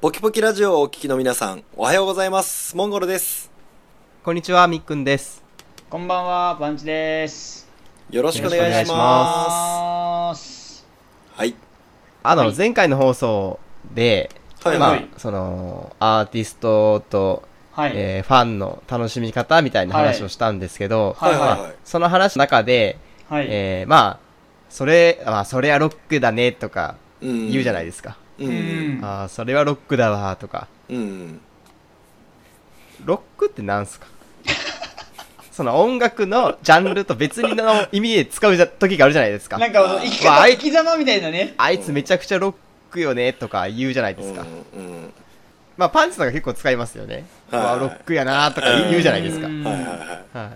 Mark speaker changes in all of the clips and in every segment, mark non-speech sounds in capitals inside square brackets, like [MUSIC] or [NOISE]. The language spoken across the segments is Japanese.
Speaker 1: ポキポキラジオをお聞きの皆さん、おはようございます。モンゴルです。
Speaker 2: こんにちは、みっくんです。
Speaker 3: こんばんは、バンチです。
Speaker 1: よろしくお願いし
Speaker 2: よろしくお願
Speaker 1: ま
Speaker 3: ます。
Speaker 1: す。はい。
Speaker 2: あの、
Speaker 3: はい
Speaker 2: 前回の放送で、
Speaker 1: はい
Speaker 2: まあ、
Speaker 3: はい
Speaker 2: その、アーティストと、
Speaker 3: はい。
Speaker 2: えーファンの楽しみ方みたいな話をしたんですけど、
Speaker 3: はい
Speaker 2: まあ
Speaker 1: はいはいはい
Speaker 2: その話の中で、
Speaker 3: はい。
Speaker 2: えーまあ、それ、まあ、それはロックだねとか
Speaker 1: うん
Speaker 2: 言うじゃない
Speaker 1: で
Speaker 2: ですか。
Speaker 1: すか。う。
Speaker 3: うんん。
Speaker 2: ああ、それはロックだわとか。
Speaker 1: うん。
Speaker 2: ロックってなん
Speaker 3: [LAUGHS]
Speaker 2: すかその音楽のジャンルと別にの意味で使うじゃ時があるじゃないですか。
Speaker 3: なんか、生き
Speaker 2: まあ
Speaker 3: 方、
Speaker 2: あい
Speaker 3: 生き様みたいなね。
Speaker 2: あいつめちゃくちゃロックよねとか言うじゃないですか。
Speaker 1: うん。
Speaker 2: まあ、パンチさんが結構使いますよね。
Speaker 1: は
Speaker 2: はいわロックやなとか言う言うじゃないですか
Speaker 3: う。ん
Speaker 1: はいはいはい。
Speaker 2: はい。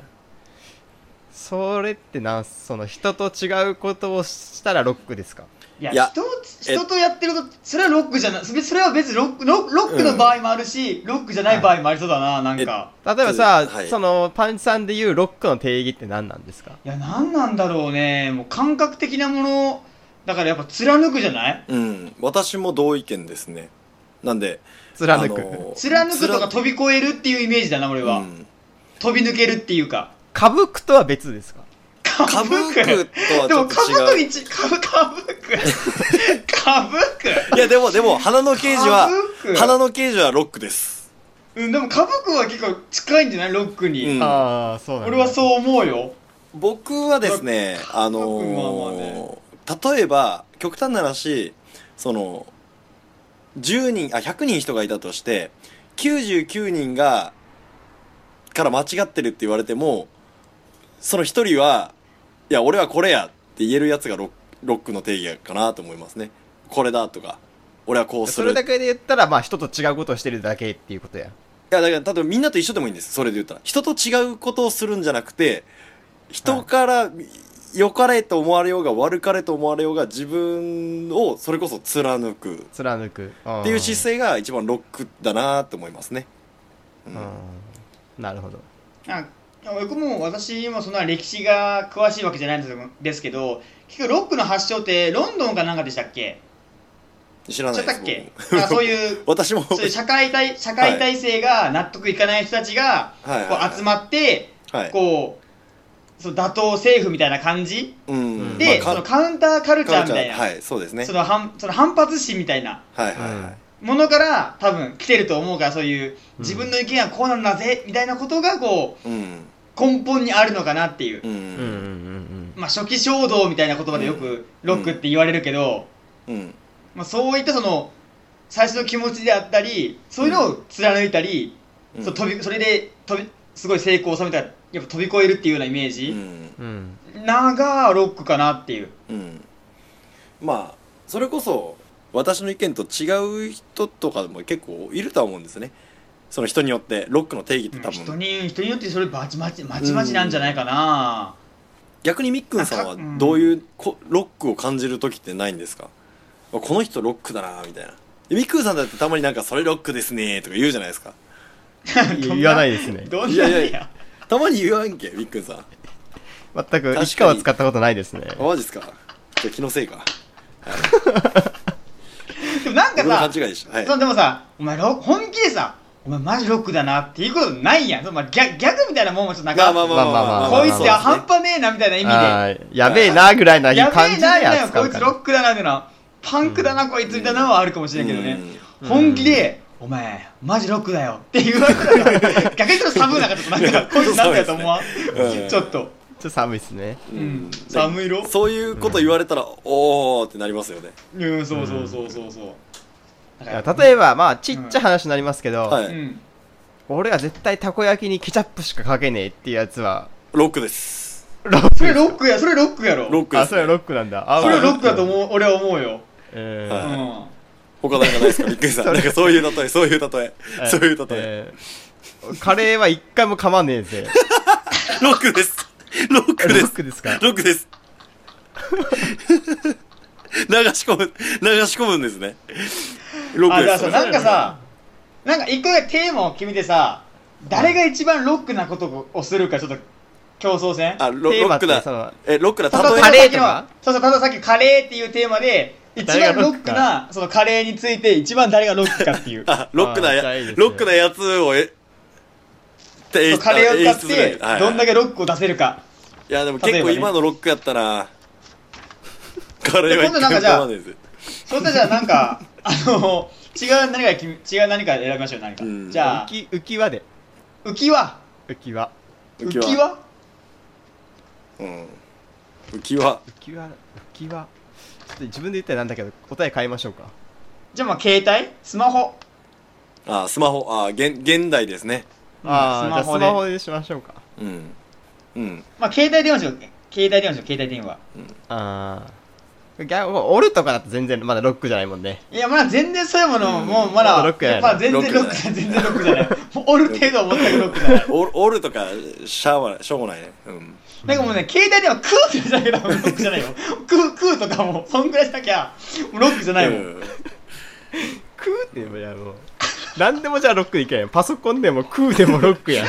Speaker 2: それってなんす、その人と違うことをしたらロックですか
Speaker 3: いや、
Speaker 1: いや
Speaker 3: 人を、
Speaker 1: え
Speaker 3: 人とやってると、それはロックじゃない、それそれは別にロック、ロロックの場合もあるし、ロックじゃない場合もありそうだな、なんか。
Speaker 2: 例えばさ、
Speaker 1: はい
Speaker 2: そのパンチさんで言うロックの定義って何なんですか
Speaker 3: いや、なんなんだろうね。もう感覚的なもの、だからやっぱ貫くじゃない
Speaker 1: うん。私も同意見ですね。なんで、
Speaker 2: 貫く。
Speaker 1: あのー
Speaker 3: 貫くと
Speaker 1: 貫
Speaker 3: か飛び越えるっていうイメージだな、俺は。
Speaker 1: うん
Speaker 3: 飛び抜けるっていうか。
Speaker 2: 歌舞伎とは別ですか
Speaker 1: 歌舞伎とは
Speaker 3: で
Speaker 1: ちょ
Speaker 3: も、
Speaker 1: っ
Speaker 3: か
Speaker 1: と
Speaker 3: ぶ
Speaker 1: 違
Speaker 3: く
Speaker 1: う。
Speaker 3: にち、かぶ、かぶ
Speaker 1: [LAUGHS]
Speaker 3: く。かぶく。
Speaker 1: いや、でも、でも、花の刑事は
Speaker 3: 歌舞、伎
Speaker 1: 花の刑事はロックです。
Speaker 3: うん、でも、かぶくは結構近いんじゃないロック
Speaker 1: う
Speaker 3: に。
Speaker 1: ん
Speaker 2: ああ、そうなんだ
Speaker 3: 俺はそう思うよ。
Speaker 1: 僕はですね、あ
Speaker 3: 僕はまあ
Speaker 1: の
Speaker 3: ね
Speaker 1: ー例えば、極端な話、その、10人、あ、100人人がいたとして、99人が、から間違ってるって言われても、その一人は、いや、俺はこれやって言えるやつがロックロックの定義かなと思いますね。これだとか、俺はこうす
Speaker 2: そ
Speaker 1: る。
Speaker 2: れ
Speaker 1: いや、
Speaker 2: だけで言ったら、まあ人と違うことをしてるだけっていうことや。
Speaker 1: だから、例えばみんなと一緒でもいいんです。それで言ったら。人と違うことをするんじゃなくて、人から良かれと思われようが悪かれと思われようが自分をそれこそ貫く
Speaker 2: 貫く。っ
Speaker 1: っていう姿勢が一番ロックだなと思いますね。う
Speaker 2: うん
Speaker 1: ん。
Speaker 2: なるほど。
Speaker 3: あ僕も私もそんな歴史が詳しいわけじゃないんですですけど結局ロックの発祥ってロンドンかなんかでしたっけ
Speaker 1: 知ら
Speaker 3: ち
Speaker 1: な
Speaker 3: ゃ
Speaker 1: い
Speaker 3: っ
Speaker 1: で
Speaker 3: た
Speaker 1: す
Speaker 3: っけ
Speaker 1: 僕
Speaker 3: あそういう
Speaker 1: 私も。
Speaker 3: そういう社会体社会体制が納得いかない人たちが
Speaker 1: はいはい
Speaker 3: こ
Speaker 1: はいう
Speaker 3: 集まって
Speaker 1: はい。
Speaker 3: こうそう打倒政府みたいな感じ
Speaker 1: うん。
Speaker 3: で、
Speaker 1: まあ
Speaker 3: そのカウンターカルチャーみたいな、
Speaker 1: はい、そうですね。
Speaker 3: その反その反発心みたいな
Speaker 1: はいはいはい。
Speaker 3: ものから多分来てると思うからそういう自分の意見はこうなんだぜみたいなことがこ
Speaker 1: うん。
Speaker 3: う根本にあるのかなっていう
Speaker 1: う
Speaker 2: うんうんうん
Speaker 1: ん。
Speaker 2: うん。
Speaker 3: まあ、初期衝動みたいな言葉でよくロックって言われるけど、
Speaker 1: うん。
Speaker 3: まあ、そういったその最初の気持ちであったりそういうのを貫いたり、
Speaker 1: うん
Speaker 3: そう飛びそれで飛びすごい成功を収めたらやっぱ飛び越えるっていうようなイメー
Speaker 1: う
Speaker 3: ジ、
Speaker 1: ん。
Speaker 2: うん。
Speaker 3: ながロックかなっていう
Speaker 1: うん、まあそれこそ私の意見と違う人とかも結構いるとは思うんですねその人によってロックの定義って多
Speaker 3: 人
Speaker 1: 分
Speaker 3: に人によってそれバチバチまちまちなんじゃないかな、
Speaker 1: 逆にみっくんさん
Speaker 3: あか
Speaker 1: は
Speaker 3: うん
Speaker 1: どういうこロックを感じる時ってないんですかこの人ロックだなみたいなでみっくんさんだってたまになんか「それロックですね」とか言うじゃないですか
Speaker 2: 言わないですね。
Speaker 3: どんない
Speaker 1: や
Speaker 3: や
Speaker 1: いやたまに言わんけみっくんさんあ
Speaker 2: 全く
Speaker 1: かに
Speaker 2: 石川使ったことないですね。
Speaker 1: マジっすかじゃあ気のせいか
Speaker 3: でもなんか
Speaker 1: 僕の勘
Speaker 3: さ
Speaker 1: 違いでしたはい
Speaker 3: そうでもさお前ロ本気でさお前マジロックだなっていうことないやんそうまあギャギャグみたいなもんもちょっとなん
Speaker 1: ま
Speaker 3: か
Speaker 1: あまあまあまあまあまあ
Speaker 2: まあ
Speaker 3: こいつ
Speaker 1: そう
Speaker 3: っ
Speaker 1: で
Speaker 3: て
Speaker 1: すね
Speaker 3: 半端ねえなみたいな意味で
Speaker 2: あーやべえなぐらいな
Speaker 3: やべ
Speaker 2: 感
Speaker 3: え
Speaker 2: じ
Speaker 3: な、やべえ
Speaker 2: や
Speaker 3: な
Speaker 2: 使
Speaker 3: こ
Speaker 2: う
Speaker 3: い
Speaker 2: か
Speaker 3: つ
Speaker 2: ら
Speaker 3: ロックだな、みたいな。パンクだな、こいつみたいなのはあるかもしれんけどね。
Speaker 2: うん
Speaker 3: 本気で、お前、マジロックだよっていうわけだから、逆にちょっと寒い中、ちょっとなんか、こいつなんだよと思わん
Speaker 1: うん
Speaker 3: ちょっと。
Speaker 2: ちょっと寒いですね。
Speaker 1: う
Speaker 3: うんん。寒いろ
Speaker 1: そういうこと言われたら、おーってなりますよね
Speaker 3: うん、そうそうそうそうそう。
Speaker 2: いや例
Speaker 3: え
Speaker 2: えば、まあ、ちっちゃい話になりますけど、
Speaker 1: はい
Speaker 3: うん。
Speaker 2: 俺は絶対たこ焼きにケチャップしかかけねえっていうやつは、
Speaker 1: ロックです
Speaker 2: ロック。
Speaker 3: それロックや、それロックやろ。
Speaker 1: ロックで
Speaker 2: あ、
Speaker 1: す
Speaker 2: それはロックなんだ。あ、
Speaker 3: それロックだと
Speaker 2: う。
Speaker 3: 思う、俺は思うよ。
Speaker 2: え
Speaker 3: う
Speaker 1: は
Speaker 2: ー
Speaker 1: い
Speaker 3: ん。
Speaker 1: 他なんかないですかびっくりさん。なんかそういう例え、そういう例え、
Speaker 2: え
Speaker 1: そういう例え。
Speaker 2: えーカレーは一回も噛まねえぜ。
Speaker 1: ロックです。ロック
Speaker 2: ロ
Speaker 1: で
Speaker 2: ッ
Speaker 1: す。
Speaker 2: クですか
Speaker 1: ロックです。流し込む、流し込むんですね。ロッ
Speaker 3: あ、
Speaker 1: ク
Speaker 3: じ
Speaker 1: で
Speaker 3: ゃあ
Speaker 1: す
Speaker 3: さ、。なんかさ、なんか一個だけテーマを決めてさ、誰が一番ロックなことをするか、ちょっと競争戦
Speaker 1: あ、ロ
Speaker 2: テー
Speaker 1: ロ
Speaker 2: マ
Speaker 1: ッ
Speaker 2: って
Speaker 1: クだ
Speaker 2: その。
Speaker 1: え、ロックだ。
Speaker 3: 例えば
Speaker 1: 例
Speaker 2: カ
Speaker 3: カ
Speaker 2: レ
Speaker 3: レ
Speaker 2: ー
Speaker 3: ー
Speaker 2: とか
Speaker 3: そうそう、たださっきカレーっていうテーマで、一
Speaker 2: 誰がロ
Speaker 3: 番ロ
Speaker 2: ッ
Speaker 3: ッ
Speaker 2: ク
Speaker 3: ク
Speaker 2: か
Speaker 3: な、そのカレーについて一番誰がロックかって [LAUGHS] いう。
Speaker 1: あロックな
Speaker 2: あー
Speaker 1: や
Speaker 2: いいですね
Speaker 1: ロックなやつをえって
Speaker 3: そうカレーを使って、どんだ
Speaker 1: け
Speaker 3: けロックを出せるか。
Speaker 1: いやでも
Speaker 3: 例えば
Speaker 1: 結
Speaker 3: ね
Speaker 1: 構今のロックやったなカレーは
Speaker 3: 今度なんか
Speaker 1: 一
Speaker 3: じゃあ
Speaker 1: 回もです
Speaker 3: そしたらじゃあなんか、 [LAUGHS] あの、違う何か決め、違う何か選びましょう、何か。
Speaker 1: うん
Speaker 3: じゃあ
Speaker 2: 浮、き浮き輪で
Speaker 3: 浮き輪。
Speaker 2: 浮き輪
Speaker 3: 浮
Speaker 1: 浮
Speaker 3: き
Speaker 1: き
Speaker 3: 輪
Speaker 1: 輪うん浮き輪
Speaker 2: 浮き輪浮き輪ちょっと自分で言ったらなんだけど答え変えましょうか
Speaker 3: じゃあまあ携帯スマホ。
Speaker 1: あスマホあ現現代ですね
Speaker 2: ああじゃあ
Speaker 3: ス
Speaker 2: ス
Speaker 3: マ
Speaker 2: マ
Speaker 3: ホ
Speaker 2: ホ
Speaker 3: で。
Speaker 2: でしましょうか
Speaker 1: うんうん
Speaker 3: まあ携帯電話しよう。携帯電話しよう、携帯電話。
Speaker 2: ああ逆オルとかだと全然まだロックじゃないもんね
Speaker 3: いや、まだ全然そういうもの、
Speaker 1: うん
Speaker 3: もうま
Speaker 2: ま
Speaker 3: だ、
Speaker 2: だロックやね
Speaker 3: まあ全然ロックじゃない。全然ロックじゃない。もうおる程度は全くロックじゃない。
Speaker 1: オルオルとかしゃあわしょうもないねうん
Speaker 3: なんかもうね、携帯電話クーってじゃなきゃロックじゃないよ。 [LAUGHS] クー、クーとかも、そんぐらいしなきゃ、もうロックじゃないもん。
Speaker 1: うん
Speaker 2: クーって言えばいやもう何でもじゃあロックでいけんやんパソコンでもクーでもロックやん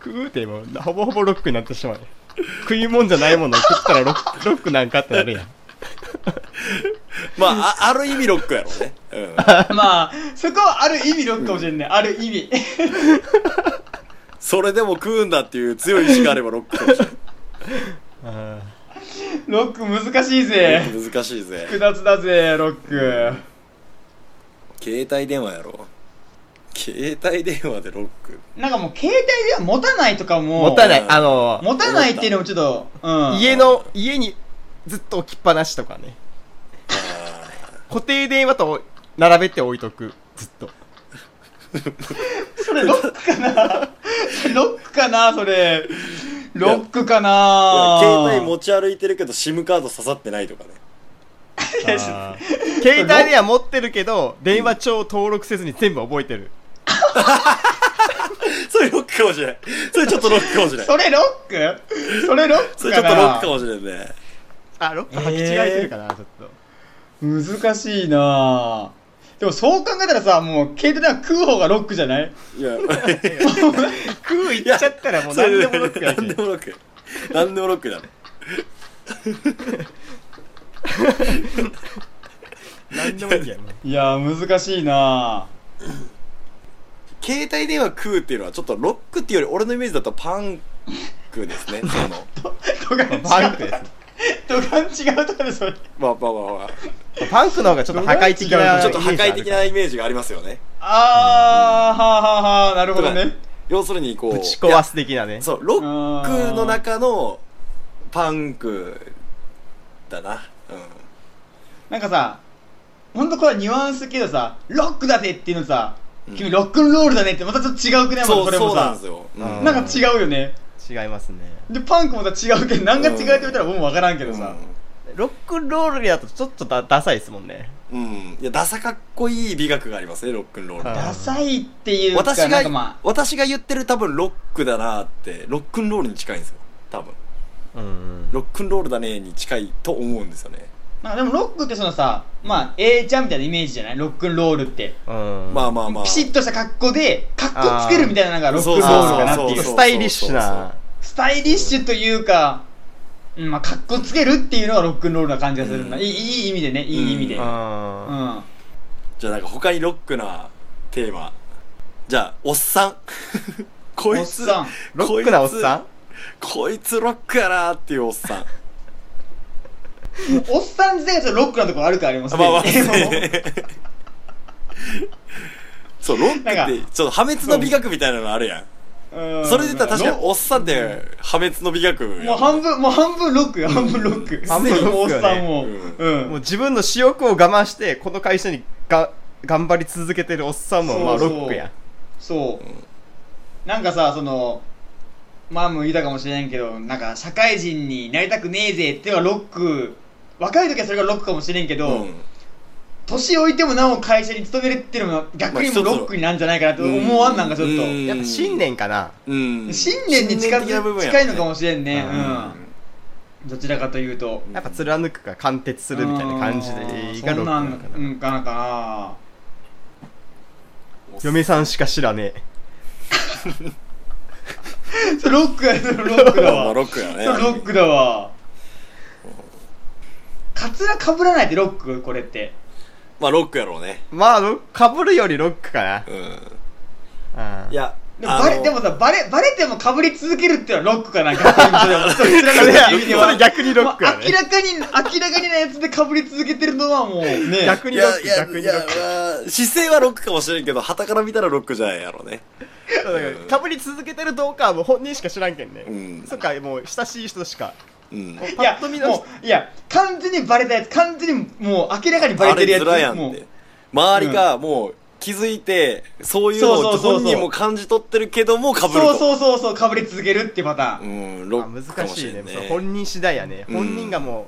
Speaker 2: クーってもうほぼほぼロックになってしまう食い物じゃないものを食ったらロックロックなんかってなるやん
Speaker 1: まああある意味ロックやろうねうん
Speaker 3: まあ、そこはある意味ロックかもしれない。ある意味。 [LAUGHS]
Speaker 1: それでも食うんだっていう強い意志があればロックかもしれない
Speaker 2: あ
Speaker 3: ロック難しい [LAUGHS] ぜ。
Speaker 1: 難しいぜ
Speaker 3: 複雑だぜ、ロック。
Speaker 1: 携帯電話やろ携帯電話でロック
Speaker 3: なんかもう携帯電話持たないとかも、
Speaker 2: 持たないあの
Speaker 3: 持たないっていうのもちょっと、うん。
Speaker 2: 家の家にずっと置きっぱなしとかね
Speaker 1: あ
Speaker 2: 固定電話と並べて置いとくずっと
Speaker 3: それロ
Speaker 1: [LAUGHS]
Speaker 3: ックかなそれロックかなそれ。ロックか
Speaker 1: ー
Speaker 3: な
Speaker 1: 携帯持ち歩いてるけど SIM カード刺さってないとかね
Speaker 2: あー携帯では持ってるけど電話帳を登録せずに全部覚えてる
Speaker 1: [LAUGHS] それロックかもしれないそれちょっとロックかもしれない
Speaker 3: それロックそれロッ
Speaker 1: そ
Speaker 3: ク
Speaker 1: れちょ
Speaker 3: か
Speaker 1: っとロック
Speaker 3: な
Speaker 1: かもしれんね
Speaker 2: あロック履き違えてるかな、ちょっと
Speaker 3: 難しいなでもそう考えたらさ、もう携帯電話食う方がロックじゃない
Speaker 1: い
Speaker 2: [LAUGHS]
Speaker 1: や
Speaker 2: クー行っちゃったらもう何でもロックやし
Speaker 1: 何でもロック何でもロックだね
Speaker 2: [LAUGHS] 何でもいいやんもう
Speaker 3: いやー難しいな
Speaker 1: 携帯電話食うっていうのはちょっとロックっていうより俺のイメージだとパンクです
Speaker 2: [LAUGHS]
Speaker 1: ねその
Speaker 3: とか違う。
Speaker 2: パンクです
Speaker 3: とか違うとかでそれ。
Speaker 1: まあまあまあまあ
Speaker 2: パンクの方がちょっと破壊的な
Speaker 1: ちょっと破壊的な
Speaker 2: イ
Speaker 1: イ
Speaker 2: メージある
Speaker 1: メージがありますよね
Speaker 3: あー、はあはあはあ、なるほどね。
Speaker 1: 要するにこう
Speaker 2: ぶち壊す的なね
Speaker 1: そうロックの中のパンクだなう
Speaker 3: なんかさ、ほんとこれはニュアンスけどさ、ロックだぜっていうのさ、
Speaker 1: うん
Speaker 3: 君ロックンロールだねってまたちょっと違うくな
Speaker 1: ん
Speaker 3: いまた
Speaker 1: そ
Speaker 3: そうれ
Speaker 1: そ
Speaker 3: も
Speaker 1: うなん
Speaker 3: さ
Speaker 1: です。よ、う
Speaker 2: うん
Speaker 1: ん、
Speaker 3: なんか違うよね。
Speaker 2: 違いますね
Speaker 3: で、パンクもまた違うけど、何が違うって言ったら僕もわからんけどさ。
Speaker 2: ロックンロールだとちょっとダダサいですもんね
Speaker 1: うん、いやダサかっこいい美学がありますねロックンロール
Speaker 2: はい
Speaker 1: は
Speaker 3: ダサいっていうか、
Speaker 1: 私
Speaker 3: な
Speaker 1: が
Speaker 3: んかま
Speaker 1: 私が言ってる多分ロックだなってロックンロールに近いんですよ多分
Speaker 2: うん
Speaker 1: ロックンロールだねに近いと思うんですよね、
Speaker 3: あ、なんかでもロックってそのさ、まあ、A ちゃんみたいなイメージじゃないロックンロールって。
Speaker 2: うん
Speaker 1: まあまあまあ
Speaker 3: ピシッとした格好で、格好つけるみたいなのがロックンロールかなって
Speaker 1: そうそう
Speaker 3: い
Speaker 1: そうう。
Speaker 2: スタイリッシュな
Speaker 3: スタイリッシュというか、うん、まあ、格好つけるっていうのがロックンロールな感じがするんだ。
Speaker 1: うん
Speaker 3: いいいい意味でね、いい意味で。
Speaker 1: う
Speaker 3: うん
Speaker 2: あ
Speaker 3: ん
Speaker 1: じゃあなんか他にロックなテーマじゃあおっさん [LAUGHS] こ
Speaker 3: お
Speaker 1: い
Speaker 3: っ
Speaker 1: つ
Speaker 3: さん。
Speaker 2: ーロックなおっさん
Speaker 1: こいつロックやなーっていうおっ
Speaker 3: [LAUGHS]
Speaker 1: さん
Speaker 3: おっさん自体がちょっとロックなところあるからあります
Speaker 1: まあまあ
Speaker 3: でも
Speaker 1: [LAUGHS] そうロック
Speaker 3: な
Speaker 1: っ
Speaker 3: ん
Speaker 1: てちょっと破滅の美学みたいなのあるやん
Speaker 3: うん
Speaker 1: それで言ったら確かに
Speaker 3: ロ
Speaker 1: おっさんって破滅の美学やん
Speaker 3: もう半分、もう半分ロックよ、半分ロック。
Speaker 2: 半分ロックよね
Speaker 3: もうおっさんも。
Speaker 1: う
Speaker 3: う。
Speaker 2: もうん自分の私欲を我慢してこの会社にが頑張り続けてるおっさんもまあ
Speaker 3: そ
Speaker 2: ロ
Speaker 3: うそう
Speaker 2: ックやん
Speaker 3: そう。なんかさ、その、まあもう言ったかもしれんけど、なんか社会人になりたくねえぜっていうのがロック。若い時はそれがロックかもしれんけど、
Speaker 1: うん
Speaker 3: 年老いてもなお会社に勤めるっていうのが逆にも
Speaker 1: まあ一つ
Speaker 3: ロ
Speaker 1: の
Speaker 3: ックになるんじゃないかなと思わんなんかちょっ
Speaker 1: うん
Speaker 3: と。
Speaker 2: やっぱ信念かな
Speaker 1: うん
Speaker 3: 信念に
Speaker 1: 信
Speaker 3: 近
Speaker 1: 念的な部
Speaker 3: づ
Speaker 1: 分やん
Speaker 3: 近いのかもしれんね。
Speaker 2: う
Speaker 3: うんん。どちらかというと。
Speaker 2: やっぱ貫くか貫徹するみたいな感じでがロックなのか
Speaker 3: そん
Speaker 2: な
Speaker 3: なんうんかなか
Speaker 2: 嫁さんしか知らねえ
Speaker 3: なそれロックやそれロックだ
Speaker 1: まあ
Speaker 3: わ
Speaker 2: [LAUGHS]
Speaker 1: ロックや
Speaker 3: そ
Speaker 1: ね
Speaker 3: れロックだわカツラかぶらないってロックこれって。
Speaker 1: まあロックやろうね
Speaker 2: まあロかぶるよりロックか
Speaker 1: うん
Speaker 2: なうん
Speaker 1: いや
Speaker 3: でもバ
Speaker 1: あ
Speaker 3: レ
Speaker 1: の
Speaker 3: でもさバレバレてもかぶり続けるってのはロックかな逆にそれはそ
Speaker 2: [LAUGHS]
Speaker 3: れ
Speaker 2: それ
Speaker 3: は
Speaker 2: それ逆にロックだ
Speaker 3: もう
Speaker 2: ね
Speaker 3: 明らかに明らかになやつでかぶり続けてるのはもうね
Speaker 2: 逆
Speaker 1: い
Speaker 2: にロ
Speaker 1: や
Speaker 2: ッ
Speaker 1: い
Speaker 2: ク
Speaker 1: や
Speaker 2: 逆
Speaker 1: い
Speaker 2: に
Speaker 1: や
Speaker 2: ロック、
Speaker 1: まあ姿勢はロックかもしれんけど旗から見たらロックじゃないやろうね
Speaker 2: そうだからかぶり続けてるどうかはもう本人しか知らんけんね、
Speaker 1: うん
Speaker 2: そっかもう親しい人しか
Speaker 1: うん
Speaker 2: もう
Speaker 3: い
Speaker 2: パ
Speaker 3: や
Speaker 2: ッと見の
Speaker 3: もういや完全にバレたやつ完全にもう明らかにバレてるやつ
Speaker 1: あれずらやん
Speaker 3: も
Speaker 1: っ
Speaker 3: う
Speaker 1: て周りがもう気づいてそういうの
Speaker 3: そう
Speaker 1: を
Speaker 3: そうそうそう
Speaker 1: 本人も感じ取ってるけどもかぶると
Speaker 3: そうそうそうそうかぶり続けるってパターン、
Speaker 1: うんロ
Speaker 2: あ
Speaker 1: ックか
Speaker 2: 難
Speaker 1: もし
Speaker 2: しい
Speaker 1: れ
Speaker 2: ね
Speaker 1: んね
Speaker 2: そう本人次第やね、
Speaker 1: うん
Speaker 2: 本人がも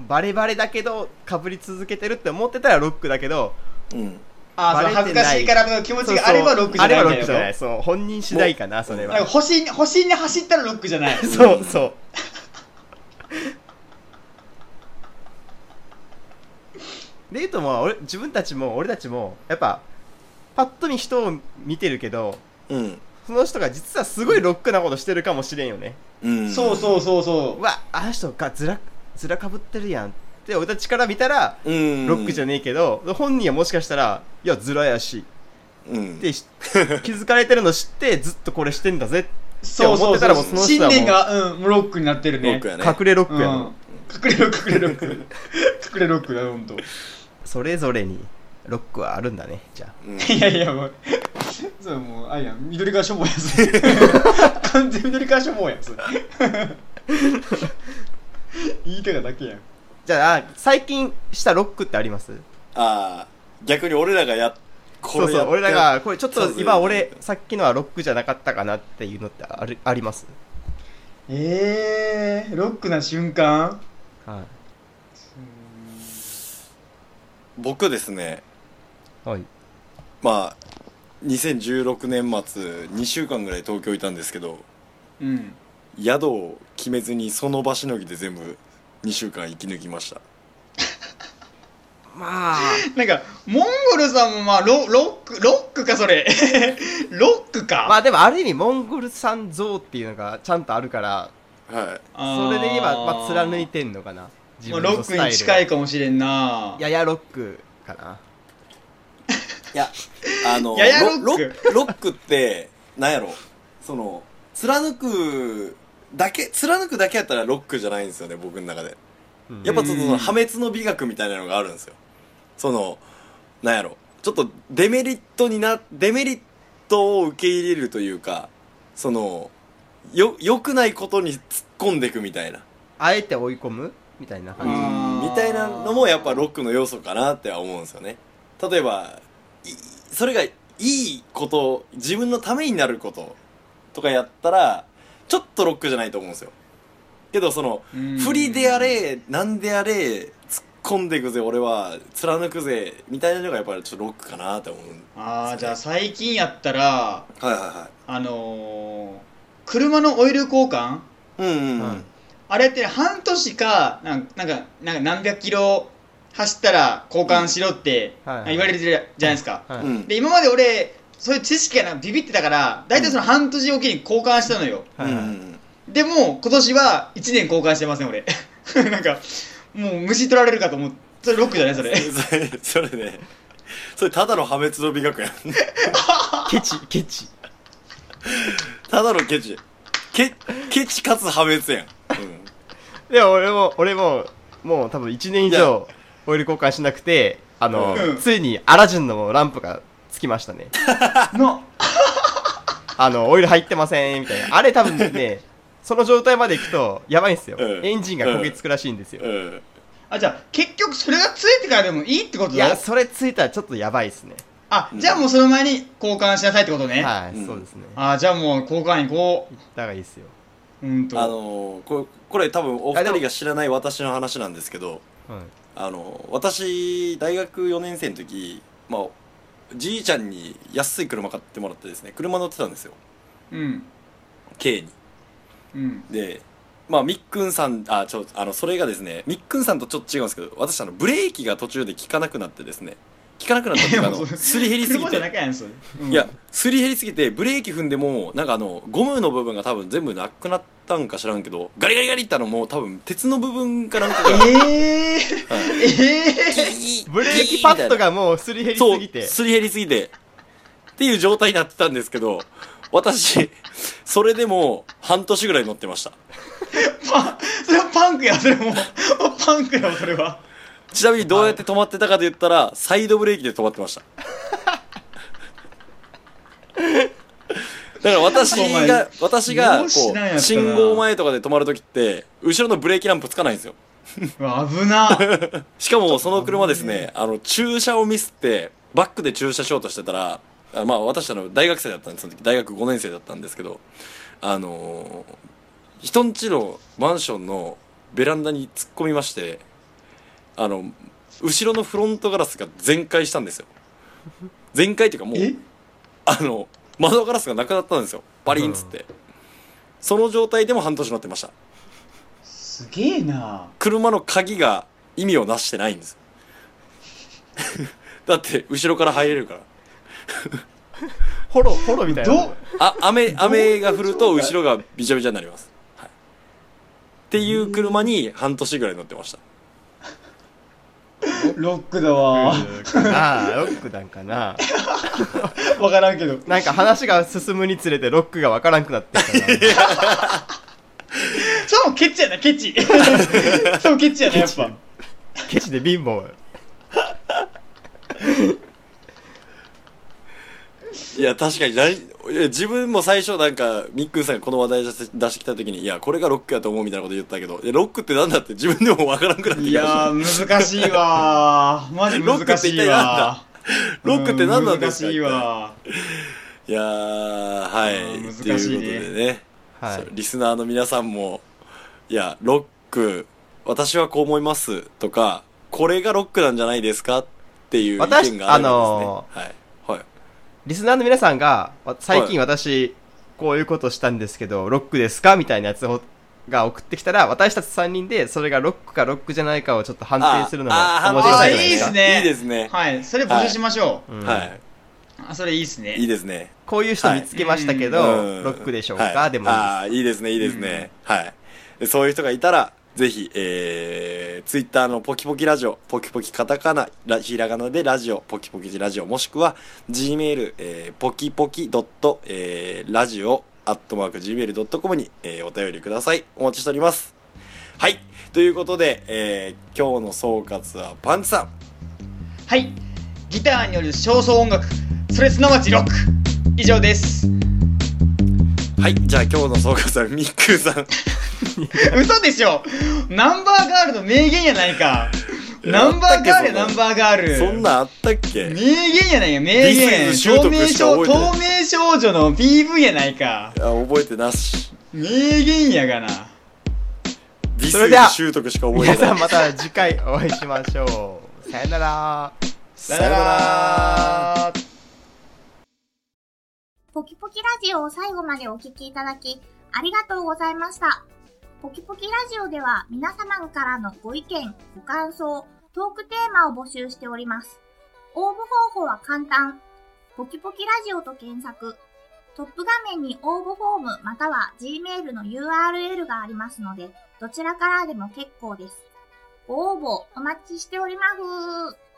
Speaker 2: うバレバレだけどかぶり続けてるって思ってたらロックだけど
Speaker 1: うん
Speaker 3: ああそ
Speaker 2: バ
Speaker 3: の
Speaker 2: レてない
Speaker 3: 恥ずかしいからとか気持ちがあればロックじゃ
Speaker 2: あれ
Speaker 3: ない
Speaker 2: は
Speaker 3: み
Speaker 2: ロック
Speaker 3: たいな
Speaker 2: じゃないそう本人次第かなそれ
Speaker 3: なんか
Speaker 2: は
Speaker 3: 保身保身に走ったらロックじゃない
Speaker 2: そうそうで言うともう俺自分たちも俺たちもやっぱパッと見人を見てるけど
Speaker 1: うん
Speaker 2: その人が実はすごいロックなことしてるかもしれんよね
Speaker 1: うん
Speaker 3: そうそうそうそう
Speaker 2: わあの人がずらずらかぶってるやんって俺たちから見たら
Speaker 1: ううん
Speaker 2: ロックじゃねえけど、本人はもしかしたらいやずらやし
Speaker 1: うん
Speaker 2: ってし気づかれてるの知ってずっとこれしてんだぜ
Speaker 3: うそう
Speaker 2: 思
Speaker 3: そ
Speaker 2: っ
Speaker 3: う
Speaker 2: てたら
Speaker 3: そ
Speaker 2: も
Speaker 3: う
Speaker 2: うその
Speaker 3: 信
Speaker 2: 人はもう
Speaker 3: 念がうんもうロックになってる
Speaker 1: ロ
Speaker 3: ね
Speaker 1: ックやね
Speaker 2: 隠れロックやん、
Speaker 3: うん、隠れロック隠れロック隠れロックだよほんと
Speaker 2: それぞれにロックはあるんだねじゃあ
Speaker 1: うん
Speaker 3: いやいやもうそうもうあいや緑川書房やつ
Speaker 2: [LAUGHS]
Speaker 3: 完全緑川書房やつ言いたがだけやん
Speaker 2: じゃあ最近したロックってあります
Speaker 1: ああ逆に俺らがやっこ
Speaker 2: そうそう俺ら
Speaker 1: やっ
Speaker 2: がこれちょっと今俺さっきのはロックじゃなかったかなっていうのってあるあります
Speaker 3: えー、ロックな瞬間
Speaker 2: は
Speaker 1: 僕ですね
Speaker 2: い、はい、
Speaker 1: まあ2016年末2週間ぐらい東京いたんですけど
Speaker 3: うん
Speaker 1: 宿を決めずにその場しのぎで全部2週間生き抜きました
Speaker 2: まあ
Speaker 3: なんかモンゴルさんもまあロロックロックかそれ [LAUGHS] ロックか、
Speaker 2: まあでもある意味モンゴル産像っていうのがちゃんとあるから
Speaker 1: はい
Speaker 2: それで言えばまあ貫い
Speaker 3: て
Speaker 2: てんのかな自
Speaker 3: まあ、
Speaker 2: 分
Speaker 3: ロ
Speaker 2: の
Speaker 3: ッ
Speaker 2: スタイ
Speaker 3: ク
Speaker 2: ルは
Speaker 3: に近いかもしれんな
Speaker 2: ややロックかない
Speaker 1: や、あの、
Speaker 3: ややロ
Speaker 1: ロ
Speaker 3: ッ
Speaker 1: ロロックって、なんやろ、その、貫くだけ、貫くだけやったらロックじゃないんですよね、僕の中で。
Speaker 2: うん
Speaker 1: やっぱちょっとそ
Speaker 3: うん
Speaker 1: の破滅の美学みたいなのがあるんですよ。その、なんやろ、ちょっとデメリットにな、デメリットを受け入れるというか、その、よ、良くないことに突っ込んでいくみたいな、
Speaker 2: あえて追い込むみたいな感じ、
Speaker 3: あ
Speaker 1: み
Speaker 3: ー
Speaker 1: たいなのもやっぱロックの要素かなっては思うんですよね。例えば、いそれがいいこと、自分のためになることとかやったら、ちょっとロックじゃないと思うんですよ。けどその、
Speaker 3: うん
Speaker 1: 振りであれ、なんであれ、突っ込んでいくぜ、俺は、貫くぜ、みたいなのがやっぱりちょっとロックかなって思う。
Speaker 3: ああじゃあ最近やったら
Speaker 1: はいは
Speaker 3: あのー、車のオイル交換
Speaker 1: いはい。うんうん。
Speaker 2: うん
Speaker 3: あれって半年かなんなんかなんか何百キロ走ったら交換しろって
Speaker 2: うんはいはい
Speaker 3: 言われてるじゃないですか、
Speaker 2: はい
Speaker 1: うん。
Speaker 3: で今まで俺そういう知識がなビビってたから大体その半年おきに交換したのよ、
Speaker 1: うんう
Speaker 2: はいはい
Speaker 1: ん
Speaker 3: でも今年は1年交換してません俺 [LAUGHS] なんかもう虫取られるかと思ってそれロックじゃないそれ
Speaker 1: うん。それ、それね、それただの破滅の美学やん。
Speaker 2: ケチケチ
Speaker 1: ただのケチ。ケ、ケチかつ破滅やん。うん。
Speaker 2: でも俺も俺ももう多分1年以上オイル交換しなくてあの、
Speaker 3: うん
Speaker 2: ついにアラジンのランプがつきましたね
Speaker 3: の
Speaker 2: あのオイル入ってませんみたいなあれ多分
Speaker 1: [LAUGHS]
Speaker 2: ねその状態までいくとやばいんですよ、
Speaker 1: うん
Speaker 2: エンジンが焦げつくらしいんですよ、
Speaker 1: うん
Speaker 3: あじゃあ結局それがついてからでもいいってこと
Speaker 2: い
Speaker 3: だ
Speaker 2: やそれついたらちょっとやばいですね
Speaker 3: あじゃあもうその前に交換しなさいってことね、
Speaker 2: はい、
Speaker 1: うん
Speaker 2: そうですねだか
Speaker 3: あじゃあもう交換行こ
Speaker 2: らいいですよ、
Speaker 3: ううんと
Speaker 1: あのーここれ多分お二
Speaker 2: あでも
Speaker 1: 人が知らない私の話なんですけど
Speaker 2: うん、
Speaker 1: あのー私大学4年生の時まあじいちゃんに安い車買ってもらってですね車乗ってたんですよ
Speaker 3: うん
Speaker 1: 軽に
Speaker 3: うん
Speaker 1: でまあみっくんさんあちょあのそれがですねみっくんさんとちょっと違うんですけど私あのブレーキが途中で効かなくなってですね効かなくなったっていうかあ
Speaker 3: いや
Speaker 1: の
Speaker 3: もうそれ
Speaker 1: すり減りすぎ
Speaker 3: 車じ
Speaker 1: て
Speaker 3: ゃなきゃやんそれ、うん
Speaker 1: いや、すり減りすぎて、ブレーキ踏んでも、なんかあの、ゴムの部分が多分全部なくなったんか知らんけど、ガリガリガリってあの、もう多分、鉄の部分かなんかが、
Speaker 3: ええ
Speaker 1: はい
Speaker 2: [LAUGHS] ブレーキパッドがもうすり減りす
Speaker 1: そう
Speaker 2: ぎて。
Speaker 1: すり減りすぎてっていう状態になってたんですけど私それでも半年ぐらい乗ってました
Speaker 3: パンそれはパンクやそれもう [LAUGHS] パンクやわそれは
Speaker 1: ちなみにどうやって止まってたかと言ったらサイドブレーキで止まってま
Speaker 3: [LAUGHS]
Speaker 1: しただから私
Speaker 3: お前
Speaker 1: が私がこ
Speaker 3: よしなんやった
Speaker 1: う
Speaker 3: な
Speaker 1: 信号前とかで止まるときって後ろのブレーキランプつかないんですよ
Speaker 3: うわ危な
Speaker 1: しかもその車ですね、あの、駐車をミスって、バックで駐車しようとしてたら、あまあ私あの大学生だったんです、その時大学5年生だったんですけど、あのー人んちのマンションのベランダに突っ込みまして、あの、後ろのフロントガラスが全開したんですよ。全開っていうかも
Speaker 3: え
Speaker 1: う、あの、窓ガラスがなくなったんですよ。バリンっつって。その状態でも半年乗ってました。
Speaker 3: すげえな
Speaker 1: 車の鍵が意味をなしてないんです [LAUGHS] だって後ろから入れるから
Speaker 2: ホロ、ホロみたいな。
Speaker 3: ど
Speaker 1: あ雨雨が降ると後ろがびちゃびちゃになります、はい、っていう車に半年ぐらい乗ってました
Speaker 3: ロックだわ
Speaker 2: ああ、ロックなんかな。
Speaker 3: 分からんけど
Speaker 2: なんか話が進むにつれてロックがわからんくなってきたな。
Speaker 3: それもケチやなケチそれもケチやなやっぱ
Speaker 2: ケチで貧乏。
Speaker 1: いや確かに何いや自分も最初なんかみっくんさんがこの話題出して出してきた時にいやこれがロックやと思うみたいなこと言ったけどいやロックってなんだって自分でもわからんくなって
Speaker 3: い
Speaker 1: きました
Speaker 3: やー難しい
Speaker 1: [LAUGHS]
Speaker 3: わーマジ難しいわー
Speaker 1: ロックって一体何だロッ
Speaker 3: うん
Speaker 1: クって何なんですか
Speaker 3: 難しいわー
Speaker 1: いやーはい
Speaker 3: うん難しい
Speaker 1: と
Speaker 3: ね
Speaker 1: いうことでね
Speaker 2: は
Speaker 1: そう
Speaker 2: い。
Speaker 1: リスナーの皆さんも、いや、ロック、私はこう思いますとか、これがロックなんじゃないですかっていう意見があればです
Speaker 2: 私
Speaker 1: ね。
Speaker 2: あの
Speaker 1: はい。はい。
Speaker 2: リスナーの皆さんが、わ最近私、こういうことしたんですけど、ロックですかみたいなやつをが送ってきたら、私たち3人で、それがロックかロックじゃないかをちょっと判定するのも
Speaker 1: あー
Speaker 2: 面白いじゃ
Speaker 3: あ
Speaker 2: な
Speaker 3: ー
Speaker 2: い
Speaker 3: い
Speaker 2: で
Speaker 3: いっ
Speaker 2: す
Speaker 3: す
Speaker 2: か。
Speaker 3: ね
Speaker 1: いいですね
Speaker 3: はいそれ募集しましょう、
Speaker 2: うん
Speaker 1: は
Speaker 3: あそれいいっすね
Speaker 1: い。いいですね。
Speaker 2: こういう人見つけましたけど、
Speaker 1: うん
Speaker 2: ロックでしょう
Speaker 1: は
Speaker 2: か
Speaker 1: い
Speaker 2: でもいい
Speaker 1: ああ、いいですね、いいですね。はい。でそういう人がいたら、ぜひ、えー、ツイッターのポキポキラジオ、ポキポキカタカナ、ラひらがなでラジオ、ポキポキラジオ、もしくは、gmail、えー、ポキポキドット、えー、ラジオ、アットマーク gmail.com に、えー、お便りください。お待ちしております。はい。ということで、えー、今日の総括はパンツさん。
Speaker 3: はいギターによる焦燥音楽それすなわちロック以上です [LAUGHS]
Speaker 1: はい。じゃあ今日の総括はミックーさん。
Speaker 3: 嘘でしょナンバーガールの名言やないか
Speaker 1: いや
Speaker 3: ナンバーガールや
Speaker 1: あったっ
Speaker 3: ナ
Speaker 1: け
Speaker 3: ンバーガール
Speaker 1: そんなんあったっけ
Speaker 3: 名言やないか名
Speaker 1: This
Speaker 3: 言
Speaker 1: is 習
Speaker 3: 透
Speaker 1: 得
Speaker 3: 明
Speaker 1: しか覚
Speaker 3: 少
Speaker 1: えてない
Speaker 3: 透明少女の PV やないか
Speaker 1: あ覚えてなし。
Speaker 3: 名言やがな
Speaker 1: 微
Speaker 2: それ
Speaker 1: 数
Speaker 2: では
Speaker 1: 習得しか覚え
Speaker 2: 皆
Speaker 1: てな
Speaker 2: さ
Speaker 1: い
Speaker 2: ん。また次回お会いしましょう。さよなら。
Speaker 1: さよなら。
Speaker 4: ポキポキラジオを最後までお聞きいただき、ありがとうございました。ポキポキラジオでは皆様からのご意見、ご感想、トークテーマを募集しております。応募方法は簡単。ポキポキラジオと検索。トップ画面に応募フォームまたは Gmail の URL がありますので、どちらからでも結構です。ご応募お待ちしております。